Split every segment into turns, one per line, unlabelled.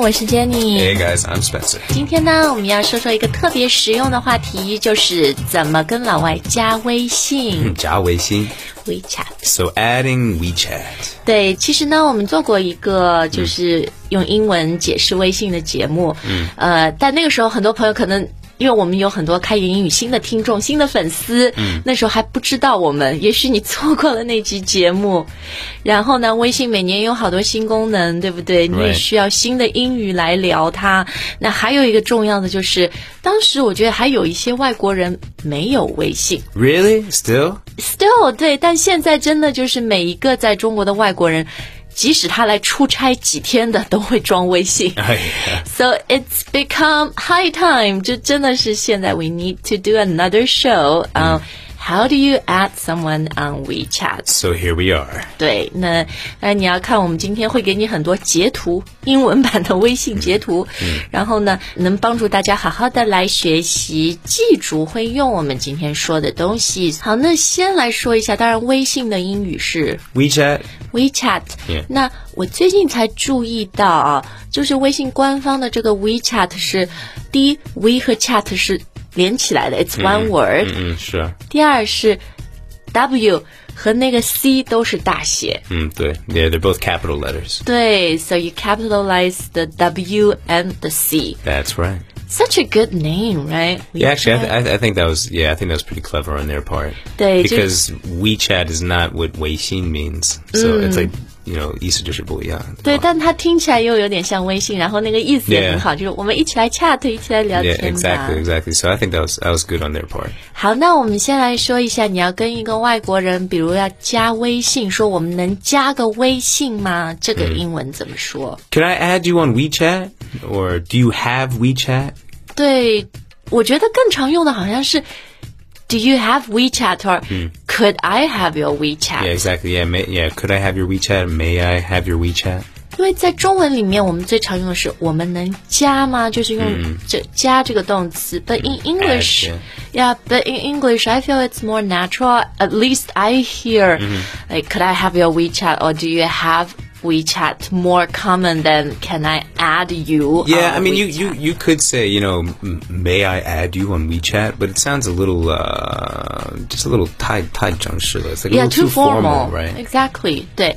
我是 Jenny。
Hey guys, I'm Spencer.
今天呢，我们要说说一个特别实用的话题，就是怎么跟老外加微信
加微信
，WeChat。
So adding WeChat.
对，其实呢，我们做过一个就是用英文解释微信的节目，嗯，呃，但那个时候很多朋友可能。因为我们有很多开源英语新的听众、新的粉丝，嗯，那时候还不知道我们，也许你错过了那期节目。然后呢，微信每年有好多新功能，对不对？你也
Right
需要新的英语来聊它。那还有一个重要的就是，当时我觉得还有一些外国人没有微信
Really? Still?
，still 对，但现在真的就是每一个在中国的外国人，即使他来出差几天的，都会装微信。So
Oh,
it's become high time. 就真的是现在 we need to do another show. Um, How do you add someone on WeChat？
So here we are.
对，那呃，你要看我们今天会给你很多截图，英文版的微信截图，然后呢，能帮助大家好好的来学习，记住会用我们今天说的东西。好，那先来说一下，当然微信的英语是
WeChat.
WeChat。
Yeah
那我最近才注意到啊，就是微信官方的这个 WeChat 是，第一，We 和 Chat 是连起来的，It's one word、
嗯，是啊，
第二是 W 和那个 C 都是大写。
嗯，对，they're Mm, they're both capital letters.
对，so you capitalize the W and the C.
That's right.
Such a good name, right?
Yeah, actually, I,
WeChat
th- I, th- I think that was yeah, I think that was pretty clever on their part
对，就
because WeChat is not what Weixin means, so it's like you know, 意思就是不一样。
对，但它听起来又有点像微信，然后那个意思也很好就是我们一起来 chat，一起来聊
Yeah,
天吧。
exactly, exactly. So I think that was that was good on their part.
好，那我们先来说一下，你要跟一个外国人，比如要加微信，说我们能加个微信吗？这个英文怎么说？
Can I add you on WeChat or do you have WeChat?
对，我觉得更常用的好像是 Do you have WeChat or Could I have your WeChat？、
Hmm. Yeah, exactly. Yeah, may, yeah. Could I have your WeChat? May I have your WeChat?
因为在中文里面，我们最常用的是“我们能加吗”，就是用这“加”这个动词。But in English,
add,
yeah, but in English, I feel it's more natural. At least I hear,
Mm-hmm.
like, "Could I have your WeChat?" or "Do you have WeChat?" more common than "Can I add you?"
Yeah,
on
I mean, you,
Uh, WeChat?"
you you could say, you know, m- may I add you on WeChat, but it sounds a little, uh, just a little tai tai It's like a
Yeah,
little
too formal,
right?
Exactly. 对，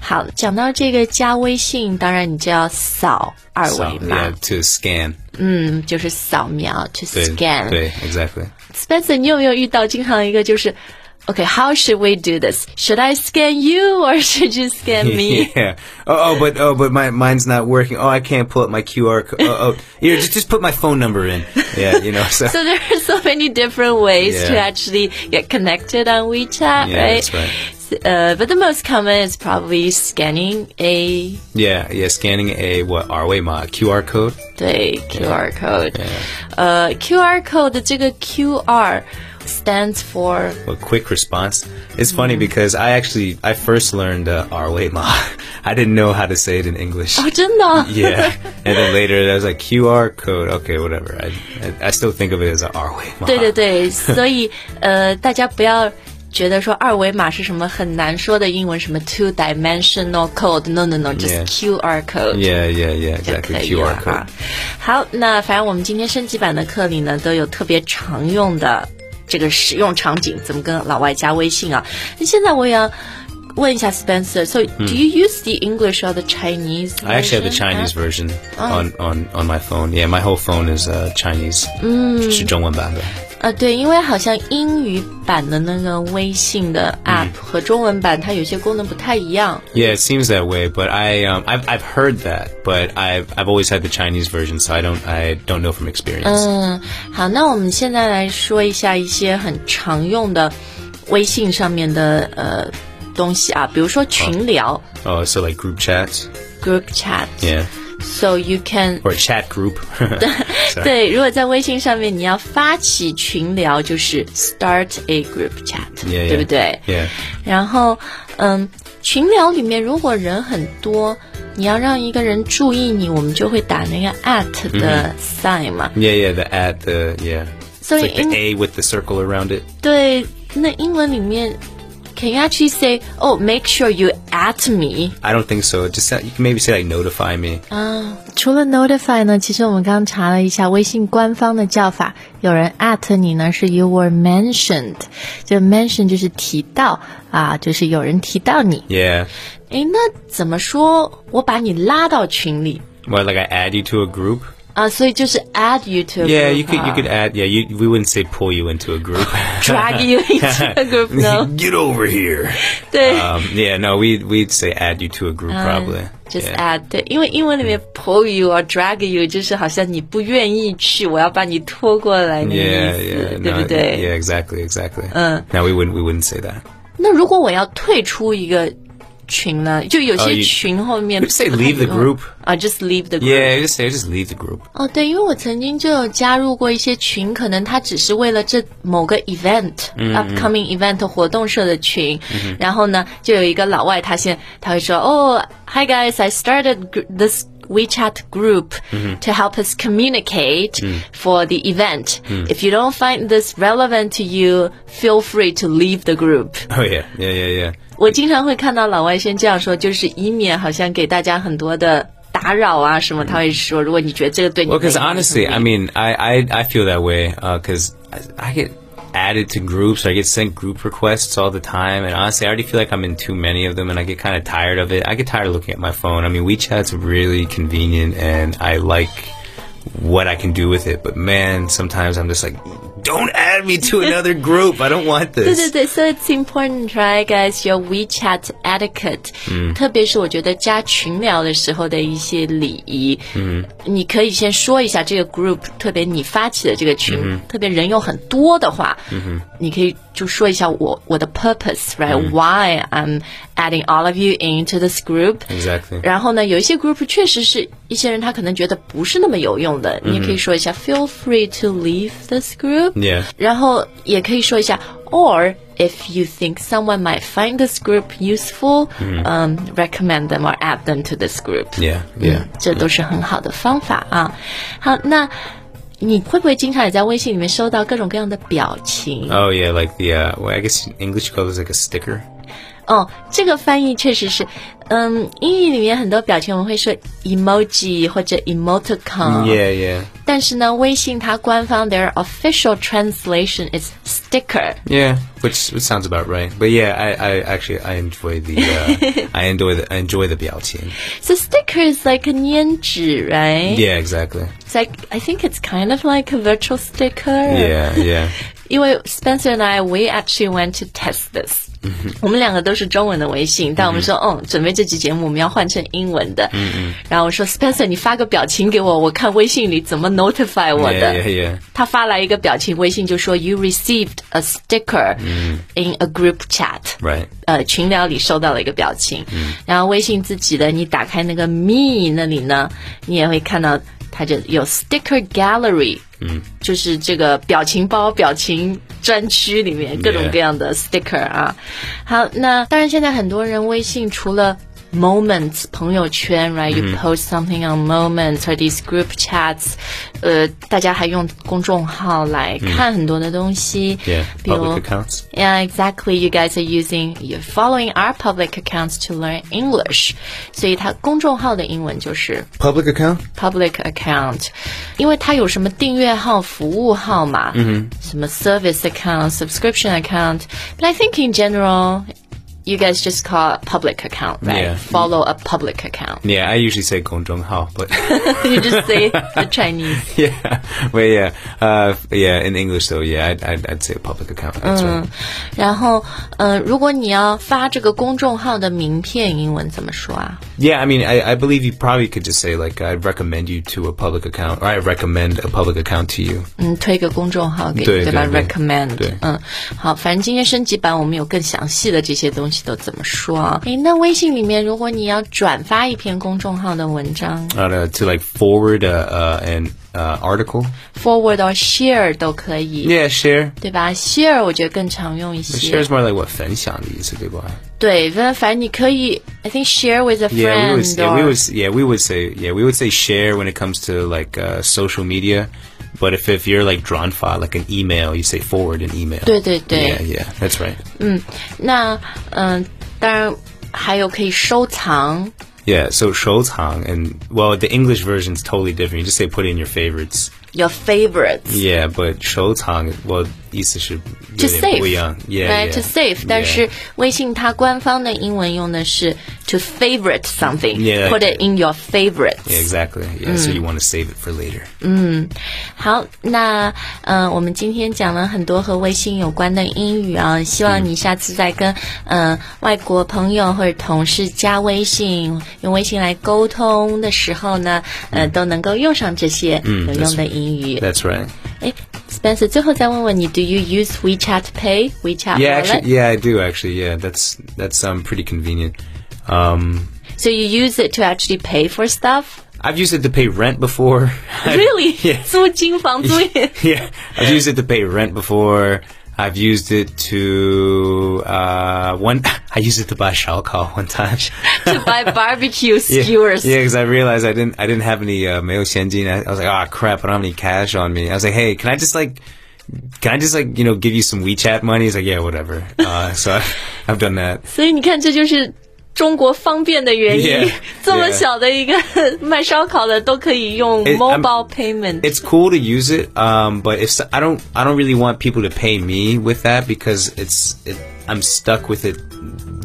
好，讲到这个加微信，当然你就要扫二
So,
维
yeah,
码，
to scan.
嗯，就是扫描，to
对
scan。
对，exactly.
Spencer，你有没有遇到经常一个就是，OK，how、should we do this? Should I scan you or should you scan me?
Yeah. Oh, oh, but oh, but my mine's not working. Oh, I can't pull up my QR. code. Oh, oh. yeah, just just put my phone number in. Yeah, you know. So,
So there are so many different ways to
Yeah.
actually get connected on WeChat,
Yeah,
right?
that's right.
S- Uh, but the most common is probably scanning a
yeah, yeah. Scanning a what? Our way, ma QR code.
对 QR code，呃，QR code 的这个 QR stands for
a quick response. It's funny because I actually I first learned uh, "Our Wait Ma." I didn't know how to say it in English.
哦，真的
yeah, and then later I was like QR code. Okay, whatever. I I, I still think of it as a "Our Wait Ma."
对对对，所 以呃，大家不要觉得说二维码是什么很难说的英文，什么 two dimensional code，no no no，just
Yeah.
QR code。
Yeah, yeah, yeah.
就
Exactly.
可以
QR
了
code.
哈。好，那反正我们今天升级版的课里呢，都有特别常用的这个使用场景，怎么跟老外加微信啊？那现在我也要问一下 Spencer，so do you use the English or the Chinese？
嗯 I actually
version
have the Chinese
app?
version Oh. on, on, on my phone. Yeah, my whole phone is uh, Chinese. Mm. 是中文版的。
呃，对，因为好像英语版的那个微信的
嗯
app 和中文版它有些功能不太一样。
Yeah, it seems that way, but I um, I've, I've heard that, but I've, I've always had the Chinese version, so I don't I don't know from experience.
嗯，好，那我们现在来说一下一些很常用的微信上面的呃东西啊，比如说群聊、
Oh, so like group chats,
group chat。
yeah,
So you can
or a chat group. Sorry.
对，如果在微信上面你要发起群聊，就是 start a group chat，
Yeah, yeah.
对不对？
Yeah,
然后，嗯，群聊里面如果人很多，你要让一个人注意你，我们就会打那个 at 的 sign 嘛。
yeah, yeah. The at the yeah,
So
it's like
in-
the A with the circle around it.
对，那英文里面 can you actually say, oh, make sure you at me?
I don't think so. Just that, you can maybe say like notify me.
Uh.
除了 notify 呢，其实我们刚刚查了一下微信官方的叫法，有人 at 你呢是 you were mentioned，就 mention 就是提到啊，就是有人提到你。
Yeah.
诶，那怎么说？我把你拉到群里
Well, like I add you to a group.
啊，所以就是 add you to a
Yeah,
group
you could you
啊
could add. Yeah, you, we wouldn't say pull you into a group.
Ah. drag you into a group no
Get over here.
对。Uh,
Um, yeah, no, we we'd say add you to a group probably.
Ah, Just
yeah. Mm.
add 对，因为英文里面 pull you or drag you 就是好像你不愿意去，我要把你拖过来那个
Yeah,
意
yeah,
思，对
no,
不
yeah,
对？
exactly, exactly.
Uh.
no, we wouldn't, we wouldn't say that.
那如果我要退出一个群呢？就有
哦
些
Oh, ，you-
群后面
you say leave the
很多
group
啊，just leave the group。
Yeah, just say, just leave the group.
哦，对，因为我曾经就有加入过一些群，可能他只是为了这某个 event、upcoming
嗯
event 活动社的群，然后呢，就有一个老外，他先他会说，哦、h i guys, I started gr- this WeChat group
嗯
to help us communicate for the event.
嗯
If you don't find this relevant to you, feel free to leave the group.
Oh yeah, yeah, yeah, yeah.
我经常会看到老外先这样说，就是以免好像给大家很多的。打扰啊，什么？他会说，如果你觉得这个对你
嗯 Well, because
没有
honestly, I mean, I, I, I feel that way because I, I get added to groups. I get sent group requests all the time, and honestly, I already feel like I'm in too many of them, and I get kind of tired of it. I get tired of looking at my phone. I mean, WeChat's really convenient, and I like what I can do with it. But man, sometimes I'm just like, don't add me to another group. I don't want
对对
this.
对，so it's important, right, guys? Your WeChat etiquette，、特别是我觉得加群聊的时候的一些礼仪，嗯，你可以先说一下这个 group，特别你发起的这个群，特别人有很多的话，嗯你可以就说一下我我的 purpose, right? Why I'm adding all of you into this group?
Exactly.
然后呢，有一些 group 确实是一些人他可能觉得不是那么有用的，
嗯
你也可以说一下、feel free to leave this group。
Yeah.
然后也可以说一下，or if you think someone might find this group useful, um, recommend them or add them to this group.
嗯
嗯
Yeah. Yeah.
这都是很好的方法啊。好，那你会不会经常也在微信里面收到各种各样的表情？
Oh yeah, like the uh, well, I guess in English you call this like a sticker.
哦，这个翻译确实是，嗯，英语里面很多表情我们会说 emoji 或者 emoticon。
Yeah, yeah,
但是呢，微信它官方 their official translation is sticker。
yeah. Which, which sounds about right. But yeah, I, I actually I enjoy the uh, I enjoy the I enjoy the biaotian.
So sticker is like a 粘纸 right?
Yeah, exactly.
It's like I think it's kind of like a virtual sticker.
Yeah, yeah.
因为 Spencer and I we actually went to test this. 我们两个都是中文的微信，但我们说，嗯，准备这期节目我们要换成英文的。嗯嗯。然后我说，Spencer，你发个表情给我，我看微信里怎么 notify 我
Yeah,
的。
yeah, yeah.
他发来一个表情，微信就说 “You received a sticker in a group chat”。
Right.
呃，群聊里收到了一个表情，然后微信自己的，你打开那个 Me 那里呢，你也会看到它就有 Sticker Gallery，嗯，就是这个表情包、表情专区里面各种各样的 sticker 啊。好，那当然现在很多人微信除了 Moments 朋友圈，right？You post something on Moments or these group chats，呃，大家还用公众号来看很多的东西
Yeah.
比如
Public accounts.
Yeah, exactly. You guys are using, you're following our public accounts to learn English. 所以它公众号的英文就是。
Public account.
public account，因为它有什么订阅号、服务号嘛，嗯，什么 service account、subscription account。But I think in general, you guys just call it public account, right?
Yeah.
Follow a public account.
Yeah, I usually say Gongzhong Hao, but
you just say the Chinese.
yeah, but yeah, uh, yeah. In English though, yeah, I'd, I'd, I'd say a public account. That's right.
然后，呃，如果你要发这个公众号的名片，英文怎么说啊？
Yeah, I mean, I, I believe you probably could just say like I'd recommend you to a public account, or I recommend a public account to you.
嗯，推个公众号给你，
对
吧
对对
？Recommend，
对
嗯，好，反正今天升级版我们有更详细的这些东西都怎么说啊？诶，那微信里面如果你要转发一篇公众号的文章，
uh, to like forward uh, uh, an uh, article.
forward or share 都可以
Yeah, share.
对吧？share 我觉得更常用一
But
些
share。is more like what 分享的意思，对吧？
对，反反正你可以，I think share with a
Yeah, we
friend
would, yeah, we
or
would, yeah, we would say, yeah, we would say share when it comes to like uh, social media. But if, if you're like drawn file, like an email, you say forward an email.
对，对，对。
Yeah, yeah, that's right.
那嗯、当然还有可以收藏，
Yeah, so 收藏 and well, the English version's totally different. You just say put in your favorites.
your favorites。
Yeah, but 收藏 well, 意思是
To save,
Yeah, yeah,
right? To save，但
yeah.
是微信它官方的英文用的是 to favorite something，
Yeah.
或者 in your favorites。
Yeah, exactly. Yeah, so
Mm.
you want to save it for later.
好，那嗯、呃我们今天讲了很多和微信有关的英语啊，希望你下次在跟嗯、呃外国朋友或者同事加微信，用微信来沟通的时候呢，呃，都能够用上这些有用的英语。
That's right.
哎，Spencer，最后再问问你，Do you use WeChat Pay? WeChat
Yeah,
Wallet?
actually, yeah, I do actually. Yeah, that's that's um pretty convenient. Um,
So you use it to actually pay for stuff?
I've used it to pay rent before.
Really?
Yeah.
租金房租也
yeah, I've used it to pay rent before. I've used it to uh, one. I used it to buy shalkal one time.
to buy barbecue
Yeah,
skewers.
Yeah, because I realized I didn't I didn't have any uh, mayo xianjin. I, I was like, ah, crap, I don't have any cash on me. I was like, hey, can I just like, can I just like you know give you some WeChat money? He's like, yeah, whatever. Uh, so I've, I've done that.
所以你看，这就是中国方便的原因。
Yeah,
这么
yeah.
小的一个 卖烧烤的都可以用
It- I'm-
mobile payment。
It's cool to use it, um, but if so- I don't, I don't really want people to pay me with that because it's it, I'm stuck with it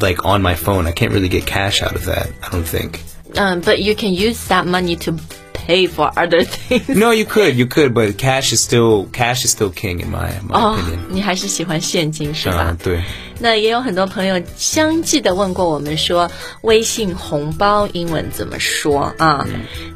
like on my phone. I can't really get cash out of that. I don't think.
嗯、b u t you can use that money to pay for other things。
No, you could, you could, but cash is still cash is still king in my my
哦、
opinion.
你还是喜欢现金是吧？
Uh, 对。
那也有很多朋友相继的问过我们说，微信红包英文怎么说啊？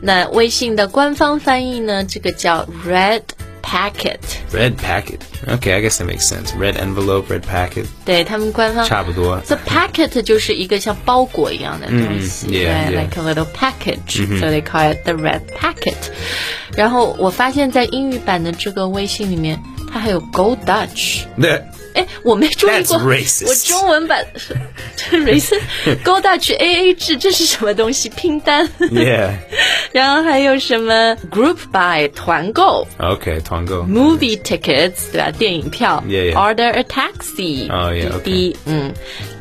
那微信的官方翻译呢，这个叫 Red Packet，
Red packet. Okay, I guess that makes sense. Red envelope, red packet.
对他们官方。
差不多。
The packet 就是一个像包裹一样的东西、
嗯，yeah，嗯
right?
yeah
like a little package，、so they call it the red packet。然后我发现，在英语版的这个微信里面，它还有 Go Dutch。
That-
哎，我没注意过
That's racist
我中文版这 racist Go Dutch AA 制这是什么东西？拼单，
嗯 yeah.
然后还有什么 Group Buy 团购
Okay, Tongo.
Movie tickets 对吧？电影票
Yeah, yeah.
Order a taxi
Oh, yeah,
滴滴嗯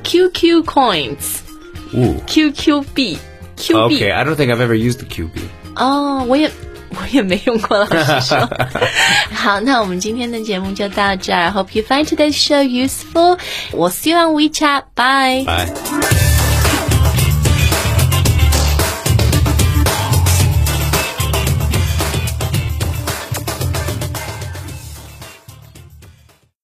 ，QQ Coins
Ooh.
QQ 币 Q 币
Okay, I don't think I've ever used the QB.
哦，我也我也没用过，老实 说。好，那我们今天的节目就到这儿。Hope you find today's show useful. We'll see you on WeChat. Bye.
Bye.